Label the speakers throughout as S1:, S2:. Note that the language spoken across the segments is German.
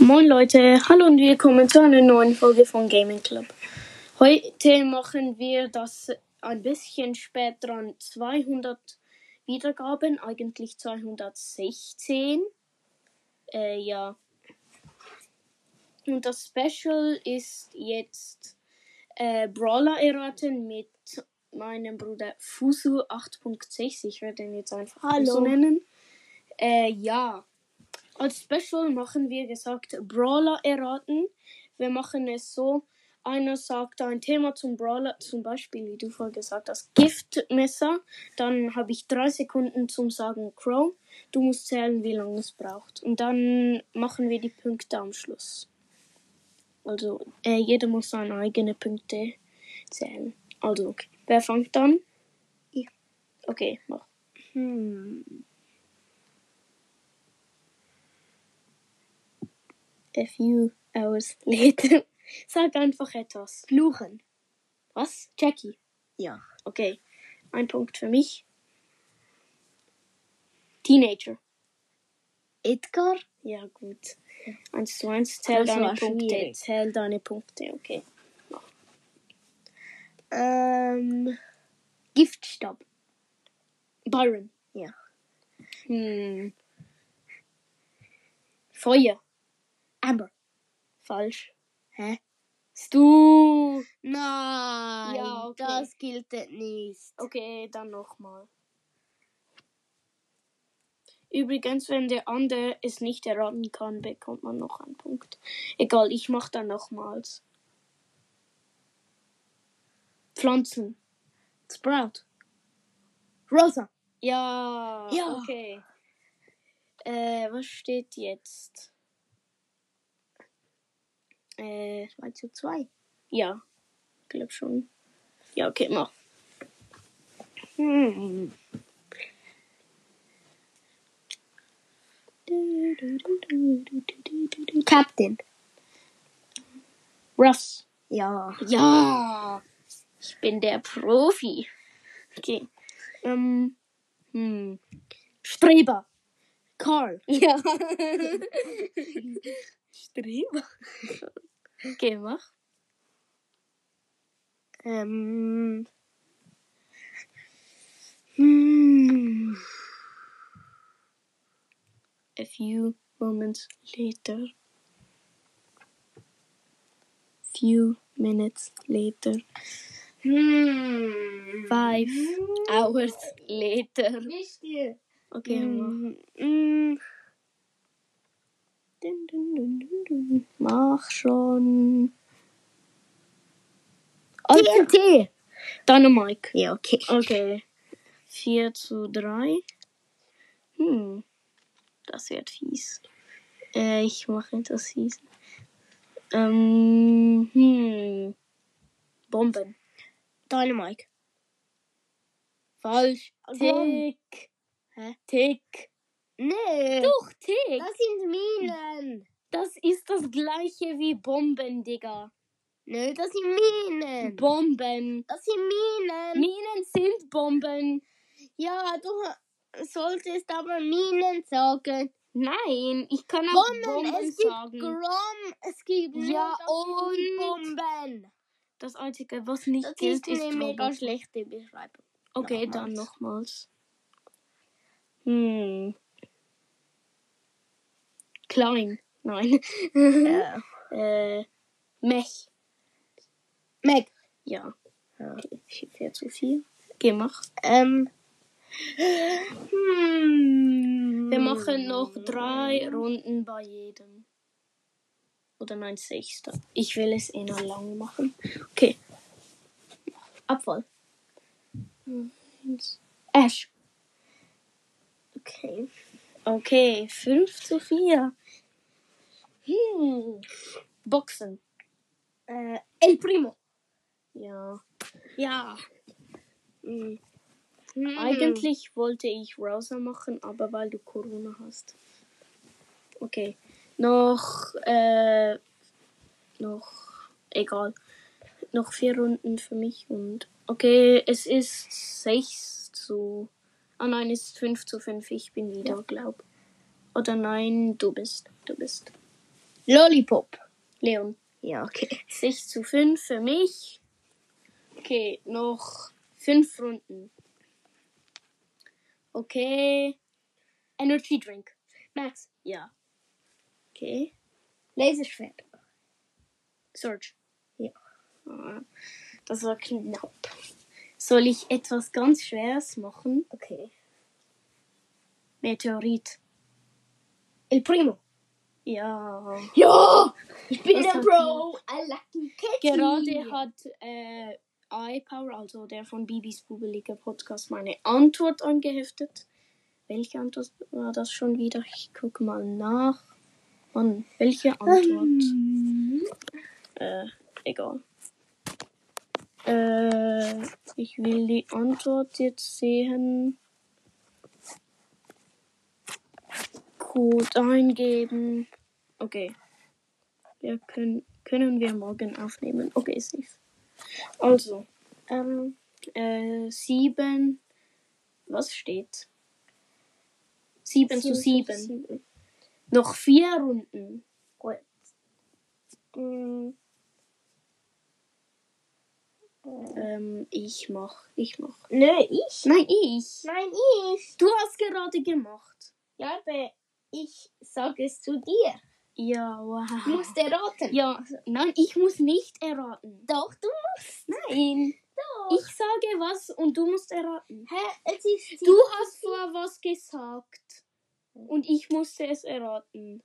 S1: Moin Leute, hallo und willkommen zu einer neuen Folge von Gaming Club. Heute machen wir das ein bisschen spät dran. 200 Wiedergaben, eigentlich 216. Äh, ja. Und das Special ist jetzt äh, Brawler erraten mit meinem Bruder Fusu 8.6. Ich werde ihn jetzt einfach
S2: Hallo.
S1: so nennen. Äh, ja. Als Special machen wir gesagt Brawler erraten. Wir machen es so. Einer sagt ein Thema zum Brawler, zum Beispiel, wie du vorher gesagt hast, Giftmesser. Dann habe ich drei Sekunden zum Sagen Crow. Du musst zählen, wie lange es braucht. Und dann machen wir die Punkte am Schluss. Also, äh, jeder muss seine eigenen Punkte zählen. Also, wer fängt dann?
S2: Ich.
S1: Okay, mach.
S2: Hm.
S1: A few hours later. Sag einfach etwas.
S2: Fluchen.
S1: Was? Jackie.
S2: Ja.
S1: Okay. Ein Punkt für mich. Teenager.
S2: Edgar?
S1: Ja, gut. Eins zu eins. Zähl
S2: Das
S1: deine
S2: war
S1: Punkte.
S2: schwierig.
S1: Zähl deine Punkte, okay.
S2: Ähm. Giftstab.
S1: Byron.
S2: Ja.
S1: Hm. Feuer.
S2: Amber.
S1: Falsch.
S2: Hä?
S1: Stu.
S2: Nein,
S1: Ja, okay.
S2: das gilt nicht.
S1: Okay, dann nochmal. Übrigens, wenn der andere es nicht erraten kann, bekommt man noch einen Punkt. Egal, ich mach dann nochmals. Pflanzen.
S2: Sprout. Rosa.
S1: Ja,
S2: Ja.
S1: okay. Äh, was steht jetzt? Äh,
S2: 2 zu 2.
S1: ja. Glaub schon. Ja, okay, mach.
S2: Hm. Captain.
S1: Ruffs.
S2: Ja.
S1: Ja, ich bin der Profi. Okay. Ähm, hm. Streber.
S2: Carl.
S1: Ja. Streber. Okay, mach.
S2: Ähm. Hm.
S1: A few moments later. Few minutes later.
S2: Hm.
S1: Five hours later.
S2: Wichtig.
S1: Okay, mach.
S2: Hm. Hm.
S1: Dun, dun, dun, dun, dun. Mach schon.
S2: TNT.
S1: Dynamike.
S2: Ja, okay.
S1: Okay. 4 zu 3. Hm. Das wird fies. Äh, ich mache das fies. Ähm, hm. Bomben.
S2: Dynamite.
S1: Falsch.
S2: Bomben.
S1: Tick. Äh.
S2: Hä?
S1: Tick.
S2: Nee.
S1: Doch, Tick.
S2: Das sind Minen.
S1: Das ist das gleiche wie Bomben, Digga.
S2: Nee, das sind Minen.
S1: Bomben.
S2: Das sind Minen.
S1: Minen sind Bomben.
S2: ja, du solltest aber Minen sagen.
S1: Nein, ich kann auch
S2: Bomben,
S1: Bomben,
S2: es gibt
S1: sagen.
S2: Grom, es gibt nur
S1: Ja,
S2: das Wort
S1: und-
S2: Bomben.
S1: Das Einzige, was nicht
S2: Das
S1: gilt,
S2: ist
S1: ist
S2: eine mega
S1: Robocop.
S2: schlechte Beschreibung.
S1: Okay,
S2: Nochmals.
S1: dann nochmals. Hm. Klein. Nein.
S2: Äh,
S1: äh, Mech.
S2: Meg.
S1: Ja.
S2: Ja.
S1: Okay, 4 zu 4. Gemacht.
S2: Ähm. Hm.
S1: Wir machen noch drei Runden bei jedem. Oder nein, sechster. Ich will es eh noch lang machen. Okay. Abfall. Hm. Ash.
S2: Okay.
S1: Okay, 5 zu 4. Hm. Boxen.
S2: Äh, El Primo.
S1: Ja. Hm.
S2: Ja. Mhm. Eigentlich.
S1: Eigentlich wollte ich Rosa machen, aber weil du Corona hast. Okay. Noch, äh, noch, egal. Noch vier Runden für mich und. Okay, es ist 6 zu. Ah nein, es ist 5 zu 5. Ich bin wieder, glaub. Oder nein, du bist. Du bist.
S2: Lollipop.
S1: Leon.
S2: Ja, okay.
S1: 6 zu 5 für mich. Okay, noch 5 Runden. Okay. Energy Drink.
S2: Max.
S1: Ja. Okay.
S2: Laserschwert.
S1: Search.
S2: Ja.
S1: Ah, Das war knapp. Soll ich etwas ganz Schweres machen?
S2: Okay.
S1: Meteorit.
S2: El Primo.
S1: Ja.
S2: Ja! Ich bin
S1: Was
S2: der
S1: hat
S2: Bro. I lucky kitty.
S1: Gerade hat äh, iPower, also der von Bibis Bubeliger Podcast, meine Antwort angeheftet. Welche Antwort war das schon wieder? Ich gucke mal nach. Mann, welche Antwort?
S2: Ähm,
S1: äh, egal. Äh, ich will die Antwort jetzt sehen. Gut eingeben. Okay. Wir können, können wir morgen aufnehmen. Okay, safe. Also, ähm, äh, sieben. Was steht? Sieben
S2: Hm.
S1: zu sieben. Noch vier Runden.
S2: Gut.
S1: Mm. Ähm, ich mach, ich mach.
S2: Nö, Ne, ich?
S1: Nein, ich.
S2: Nein, ich.
S1: Du hast gerade gemacht.
S2: Ja, aber ich sage es zu dir.
S1: Ja,
S2: Du
S1: wow.
S2: musst erraten.
S1: Ja, nein, ich muss nicht erraten.
S2: Doch, du musst.
S1: Nein.
S2: Doch.
S1: Ich sage was und du musst erraten.
S2: Hä? Es ist
S1: Du hast vor was gesagt. Und ich musste es erraten.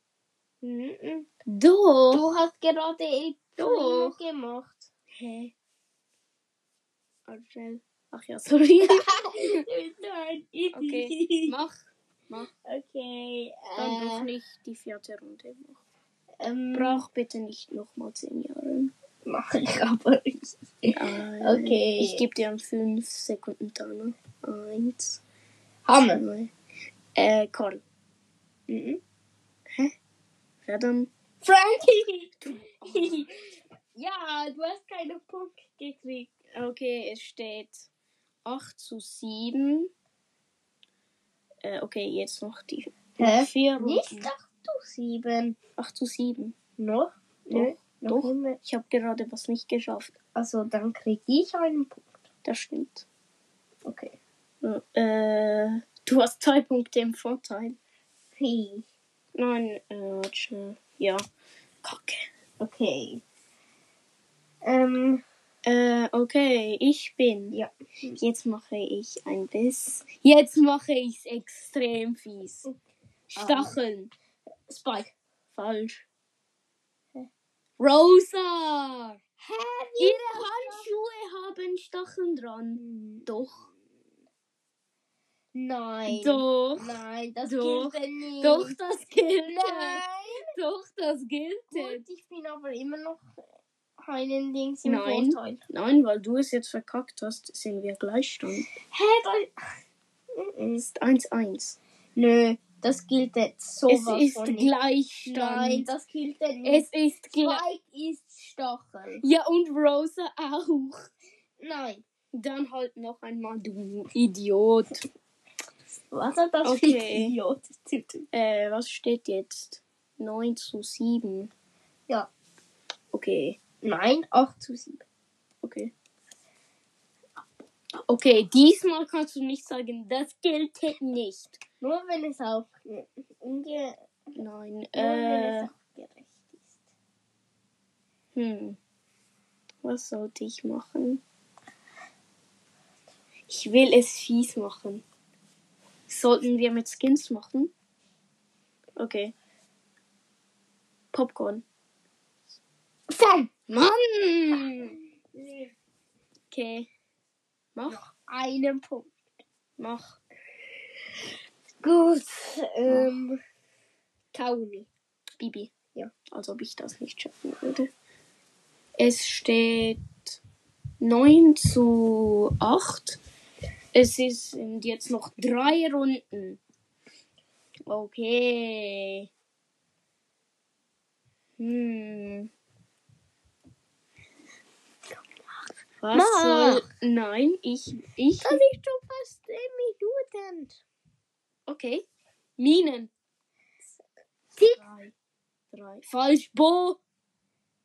S2: Mhm.
S1: Doch.
S2: Du hast gerade El Primo
S1: Doch.
S2: gemacht.
S1: Hä? Also schnell. Ach ja, sorry.
S2: Du bist so ein Idiot.
S1: Mach.
S2: Okay.
S1: Dann doch
S2: Äh,
S1: nicht die vierte Runde. Mach.
S2: ähm,
S1: Brauch bitte nicht nochmal zehn Jahre.
S2: Mach ich aber nicht. Okay.
S1: Ich gebe dir einen 5 Sekunden Timer. Eins.
S2: Hammer.
S1: Zwei. Äh, Karl.
S2: Mhm.
S1: Wer dann?
S2: Frankie. ja, du hast keine Punkte gekriegt.
S1: Okay, es steht 8 zu 7. Äh, okay, jetzt noch die
S2: Hä?
S1: 4
S2: Nicht
S1: Runden.
S2: 8 zu 7.
S1: 8 zu 7.
S2: Noch?
S1: Nö,
S2: Noch
S1: doch.
S2: immer.
S1: Ich habe gerade was nicht geschafft.
S2: Also dann krieg ich einen Punkt.
S1: Das stimmt.
S2: Okay.
S1: Äh, du hast zwei Punkte im Vorteil.
S2: Hey.
S1: Nein, äh, warte schnell. Ja. Kacke.
S2: Okay. Ähm,
S1: Äh, okay, ich bin.
S2: Ja.
S1: Jetzt mache ich ein Biss. Jetzt mache ich extrem fies. Stacheln.
S2: Spike.
S1: Falsch. Rosa!
S2: Hä?
S1: Ihre Handschuhe haben Stacheln dran. Doch.
S2: Hm. Nein.
S1: Doch.
S2: Nein, das
S1: Doch.
S2: gilt nicht.
S1: Doch, das gilt.
S2: Nein.
S1: Doch, das gilt.
S2: Gut, ich bin aber immer noch einen Dings im
S1: Nein.
S2: Vorteil.
S1: Nein, weil du es jetzt verkackt hast, sind wir Gleichstand.
S2: Hä?
S1: Es
S2: Dann...
S1: ist 1-1.
S2: Nö, das gilt jetzt
S1: Es
S2: sowas
S1: ist
S2: von nicht. Nein,
S1: Gleichstand.
S2: das gilt jetzt
S1: Es
S2: nicht.
S1: ist Gleichstand.
S2: Spike ist Stachel.
S1: Ja, und Rosa auch.
S2: Nein.
S1: Dann halt noch einmal, du Idiot.
S2: Was hat das
S1: Okay.
S2: für Idiot zu tun?
S1: Äh, was steht jetzt? 9 zu 7.
S2: Ja.
S1: Okay,
S2: Nein, 8 zu 7.
S1: okay. Okay, diesmal kannst du nicht sagen, das gilt nicht.
S2: Nur wenn es auch äh, unge
S1: Nein,
S2: nur wenn
S1: äh,
S2: es auch gerecht ist.
S1: hm. Was sollte ich machen? Ich will es fies machen. Sollten wir mit Skins machen? Okay. Popcorn.
S2: Sam!
S1: Mann! Okay,
S2: Noch einen Punkt.
S1: mach.
S2: Gut. Ähm, Kauni.
S1: Bibi.
S2: Ja.
S1: Als ob ich das nicht schaffen würde. Es steht 9 zu 8. Es ist- sind jetzt noch drei Runden. Okay. Hm. Was
S2: Mach.
S1: soll. Nein, ich. ich
S2: Das ist schon fast 10 Minuten.
S1: okay. Minen.
S2: Tick.
S1: drei. Falsch, Bo.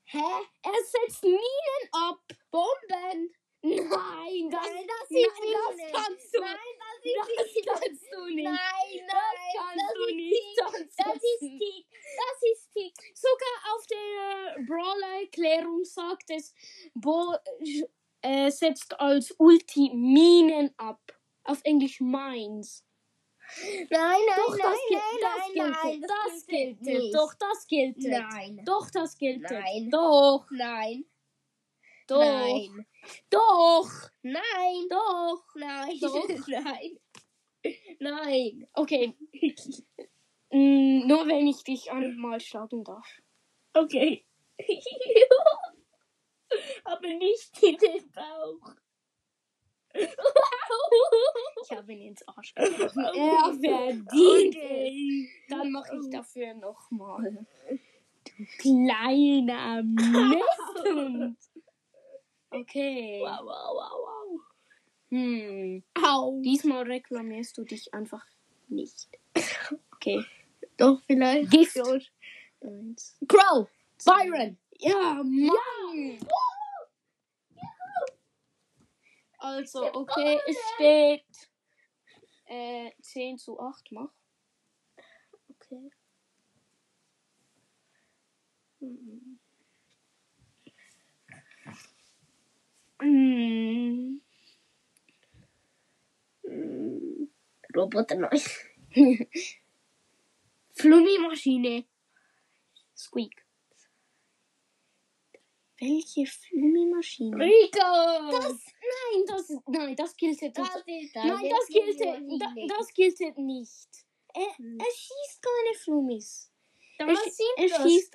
S2: Hä?
S1: Er setzt Minen ab. Bomben. Nein, das,
S2: Nein, das
S1: nein,
S2: sieht
S1: das
S2: Minen.
S1: kannst du.
S2: Nein, das
S1: das
S2: ist nicht.
S1: kannst du nicht.
S2: Nein, nein,
S1: das kannst
S2: das
S1: du
S2: ist
S1: nicht.
S2: Das ist
S1: ansetzen.
S2: Tick. Das ist Tick.
S1: Sogar auf der Brawler-Erklärung sagt es, Bo äh, setzt als Ulti Minen ab. Auf Englisch Mines.
S2: Nein, nein,
S1: Doch,
S2: nein,
S1: das gilt, das
S2: nein,
S1: gilt,
S2: nein,
S1: das, gilt,
S2: gilt nicht.
S1: doch, das gilt.
S2: Nein.
S1: Doch, das gilt.
S2: Nein.
S1: Doch,
S2: Nein.
S1: doch,
S2: Nein.
S1: doch,
S2: Nein.
S1: doch.
S2: Nein.
S1: Doch.
S2: Nein. Nein.
S1: Okay. Mm, Nur wenn ich dich einmal schlagen darf.
S2: Okay. Aber nicht in den Bauch.
S1: Ich habe ihn ins Arsch getroffen. Er verdient es.
S2: Oh, Okay.
S1: Dann mache ich dafür nochmal. Du kleiner Misthund. Okay.
S2: Wow, wow, wow,
S1: Hm.
S2: wow. Au.
S1: Diesmal reklamierst du dich einfach nicht. Okay.
S2: Doch, vielleicht.
S1: Gift. Eins.
S2: Crow. Byron.
S1: Ja, Mann! Also, okay, es steht äh, 10 zu 8, mach.
S2: Okay.
S1: Mhm. Mm.
S2: Roboter neu.
S1: Flummimaschine. Squeak. Welche Flummimaschine?
S2: Rico.
S1: Das, nein, das, nein, das gilt jetzt nicht.
S2: ist
S1: Nein, das gilt, da, das gilt nicht. Er,
S2: Hm.
S1: er schießt keine Flummis. Er,
S2: das
S1: sch- er, schießt,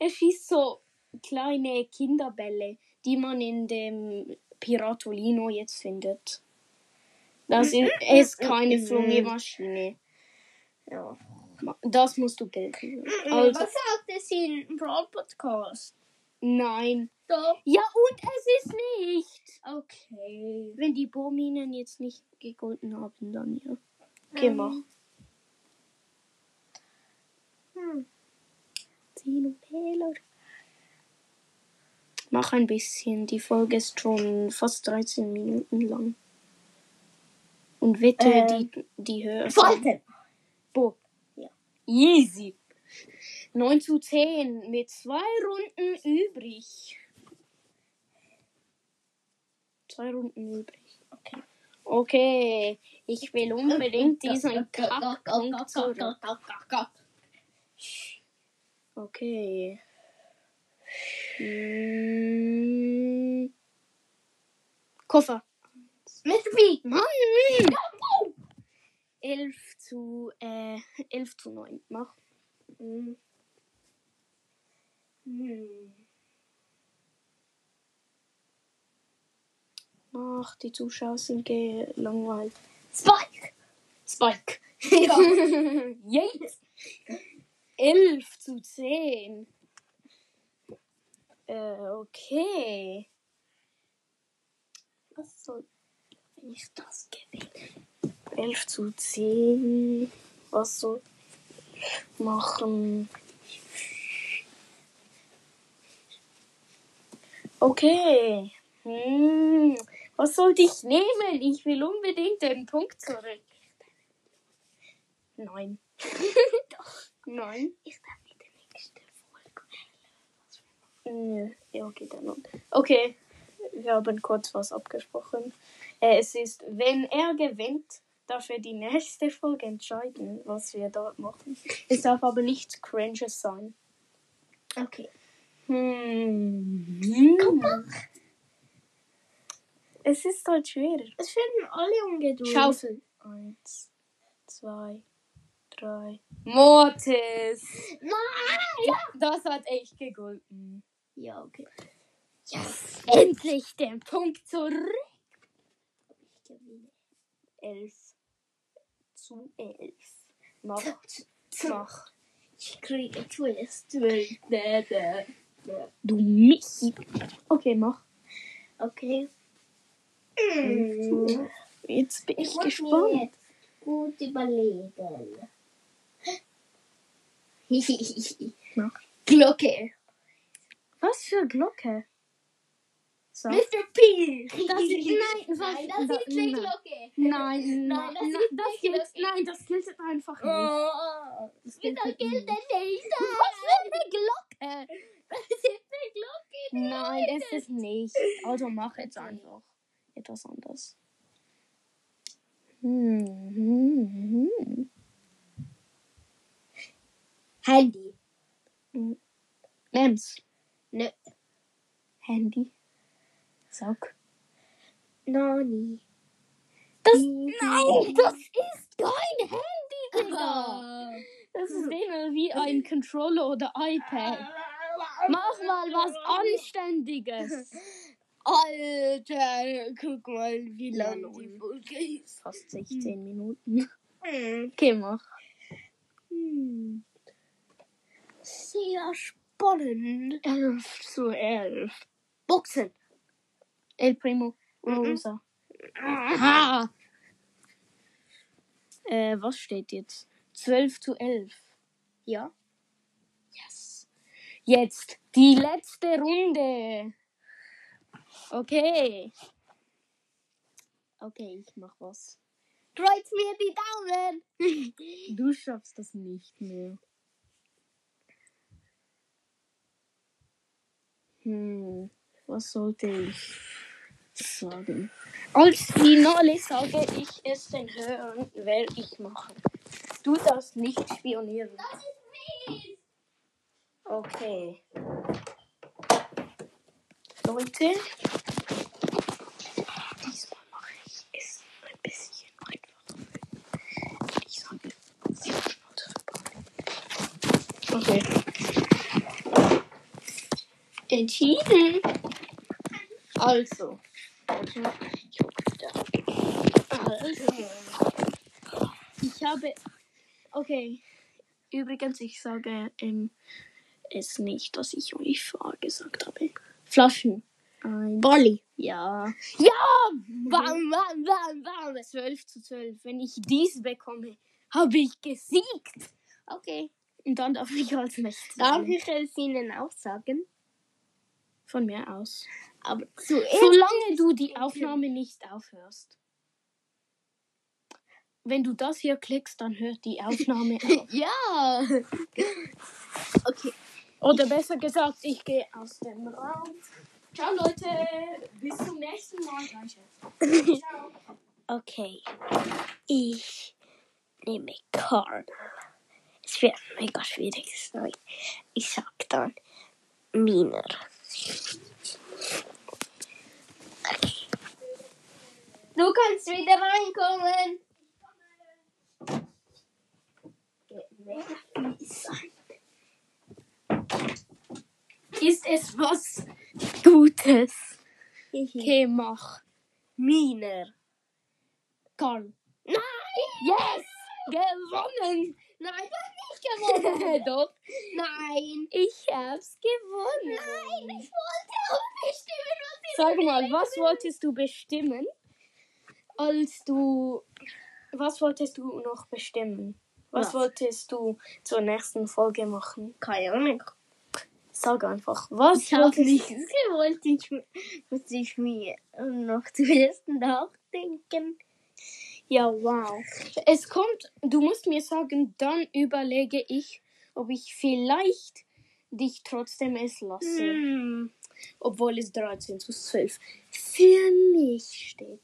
S1: er schießt so kleine Kinderbälle, die man in dem Piratolino jetzt findet.
S2: Mhm.
S1: Das ist, ist keine Flummi-Maschine.
S2: Ja.
S1: Ma- Das musst du gelten.
S2: Also.
S1: Also,
S2: Was sagt es in Brawl Podcast?
S1: nein.
S2: Doch.
S1: Ja, und es ist nicht.
S2: Okay.
S1: Wenn die Bohrminen jetzt nicht gegolten haben, dann ja. Okay,
S2: Ähm.
S1: mach.
S2: Um, Hm.
S1: Mach ein bisschen. Die Folge ist schon fast 13 Minuten lang. Und wette,
S2: Ähm.
S1: die, die Hörer.
S2: Falten.
S1: Bo.
S2: Ja.
S1: Easy. 9 zu 10 mit zwei Runden übrig. Zwei Runden übrig.
S2: Okay.
S1: Okay, ich will unbedingt diesen Kackpunkt zurück. Okay. Mm. Koffer.
S2: Mr. B.
S1: Mann! 11 zu, äh, 11 zu 9. Mach.
S2: Hm. Hm.
S1: Ach, die Zuschauer sind gelangweilt.
S2: Spike.
S1: Spike.
S2: Ja.
S1: Yates. 11 zu 10. Äh, okay. Was soll, wenn ich das gewinne? 11 zu 10. Was soll ich machen? Okay. Hm, was sollte ich nehmen? Ich will unbedingt den Punkt zurück. Nein. Doch. Nein.
S2: Ist das nicht die nächste Folge?
S1: Nö. Äh, Ja, okay, dann. und- Okay, wir haben kurz was abgesprochen. Äh, es ist, wenn er gewinnt, darf er die nächste Folge entscheiden, was wir dort machen. Es darf aber nichts Cringes sein.
S2: Okay.
S1: Hm.
S2: Komm, mach.
S1: Es ist halt schwer.
S2: Es werden alle ungeduldig.
S1: Schaufel. Eins, zwei, drei. Mortis!
S2: Nein.
S1: Das hat echt gegolten.
S2: Ja, okay.
S1: Endlich den Punkt zurück. 11 zu 11. Mach, mach.
S2: Ich kriege zuerst zwölf. Bäh, bäh.
S1: Du Michi. Okay, mach.
S2: Okay.
S1: Jetzt bin Hm. ich
S2: Mhm. Ich muss mir
S1: gespannt.
S2: jetzt gut überlegen.
S1: Mach.
S2: Glocke.
S1: Was für Glocke? So.
S2: Mr. P.
S1: Das ist- nein, was-
S2: nein, das ist
S1: nein.
S2: eine Glocke.
S1: Nein,
S2: Nein,
S1: nein,
S2: das
S1: nein,
S2: ist
S1: das
S2: nicht
S1: gilt,
S2: Glocke.
S1: nein, das gilt einfach nicht.
S2: Oh,
S1: Das gilt
S2: wieso
S1: nicht.
S2: gilt das nicht? Was
S1: Äh,
S2: für eine Glocke? Das ist eine Glocke. die
S1: Nein,
S2: Leute.
S1: es ist nicht. Also mach jetzt einfach etwas anderes. Hm, hm,
S2: Handy.
S1: hm. Ems.
S2: Ne.
S1: Handy. Sag.
S2: Nani.
S1: Das-
S2: Nein,
S1: Oh, das ist kein Handy, Das ist denen wie ein Controller oder
S2: Ah.
S1: iPad. Mach mal was Anständiges.
S2: Alter, guck mal, wie
S1: Ja,
S2: lang
S1: lol.
S2: die Folge ist.
S1: Fast 16 Minuten. Okay, mach.
S2: Hm. Sehr spannend.
S1: 11 zu 11.
S2: Boxen.
S1: El Primo.
S2: Mhm.
S1: Rosa.
S2: Aha.
S1: Äh, was steht jetzt? 12 zu 11.
S2: Ja.
S1: Yes. Jetzt die letzte Runde. Okay. Okay, ich mach was.
S2: Kreuz mir die Daumen.
S1: Du schaffst das nicht mehr. Hm, was sollte ich sagen? Als Finale sage ich es den Hörern, weil ich mache. Du darfst nicht spionieren.
S2: Das ist mies.
S1: Okay. Leute, diesmal mache ich es ein bisschen einfacher. Ich sage, sie haben Schnauze vorbei. Okay. Entschieden. Also. Warte mal, Ich hole Also. wieder. Ich habe. Okay. Übrigens, ich sage ähm, im es nicht, dass ich UEFA gesagt habe. Flaschen.
S2: Bolli.
S1: Ja.
S2: Bam, bam, bam, bam.
S1: 12 zu 12. Wenn ich dies bekomme, habe ich gesiegt.
S2: Okay.
S1: Und dann darf ich als nächstes.
S2: Darf
S1: nehmen.
S2: ich es Ihnen auch sagen?
S1: Von mir aus.
S2: Aber zuerst.
S1: Solange du die Aufnahme nicht aufhörst. Wenn du das hier klickst, dann hört die Aufnahme auf.
S2: Ja. Okay.
S1: Oder besser gesagt, ich gehe aus dem Raum. Ciao Leute, bis zum nächsten Mal. Ciao.
S2: Okay. Ich nehme Karl. Es wird mega schwierig sein. Ich sag dann Miner. Okay. Du kannst wieder reinkommen. Wird mega fies sein.
S1: Ist es was Gutes? Okay, mach.
S2: Miner.
S1: Karl.
S2: Yes!
S1: Gewonnen!
S2: Nein, du hast nicht gewonnen.
S1: Doch,
S2: Nein.
S1: ich hab's gewonnen.
S2: Nein, ich wollte auch bestimmen, was ich
S1: Sag mal, was wolltest du bestimmen, als du. Was wolltest du noch bestimmen? Was,
S2: Was?
S1: wolltest du zur nächsten Folge machen?
S2: Keine Ahnung.
S1: Sag einfach, was
S2: Ich habe
S1: wolltest-
S2: nichts gewollt. Ich muss ich mir noch zuerst nachdenken.
S1: Ja, wow. Es kommt, du musst mir sagen, dann überlege ich, ob ich vielleicht dich trotzdem es lasse.
S2: Hm.
S1: obwohl es 13 zu 12 für mich steht.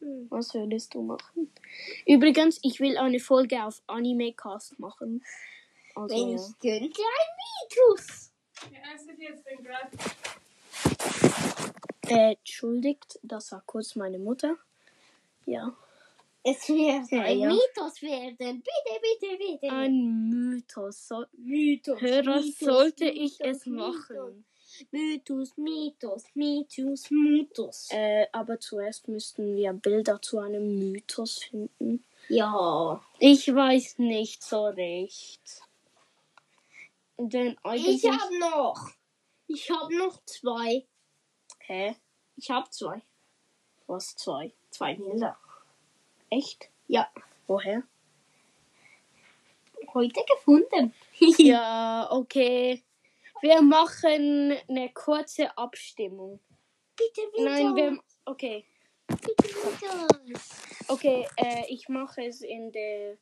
S2: Hm.
S1: Was würdest du machen? Übrigens, ich will eine Folge auf Anime Cast machen. Also,
S2: Wenn
S1: ja.
S2: ich könnte, ein Vitus.
S1: äh, entschuldigt, das war kurz meine Mutter. Ja.
S2: Es wird
S1: Ja,
S2: ein
S1: ja.
S2: Mythos werden. Bitte, bitte, bitte.
S1: Ein Mythos. So
S2: Mythos.
S1: Hörer,
S2: Mythos,
S1: sollte ich
S2: Mythos,
S1: es machen?
S2: Mythos, Mythos, Mythos, Mythos.
S1: Äh, aber zuerst müssten wir Bilder zu einem Mythos finden.
S2: Ja.
S1: Ich weiß nicht so recht. Denn eigentlich.
S2: Ich habe noch. Ich habe noch zwei.
S1: Hä?
S2: Ich habe zwei.
S1: Was zwei?
S2: Zwei Bilder.
S1: Echt?
S2: Ja.
S1: Woher?
S2: heute gefunden.
S1: Ja, okay. Wir machen eine kurze Abstimmung.
S2: Bitte wieder.
S1: Nein, wir. Okay.
S2: bitte wieder.
S1: Okay, äh, ich mache es in der.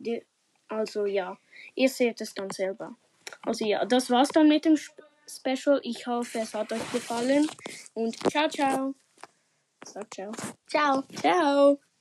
S1: Die, also ja, ihr seht es dann selber. Also ja, das war's dann mit dem Sp Special. Ich hoffe, es hat euch gefallen. Und ciao, ciao. Sag ciao.
S2: Ciao.
S1: Ciao.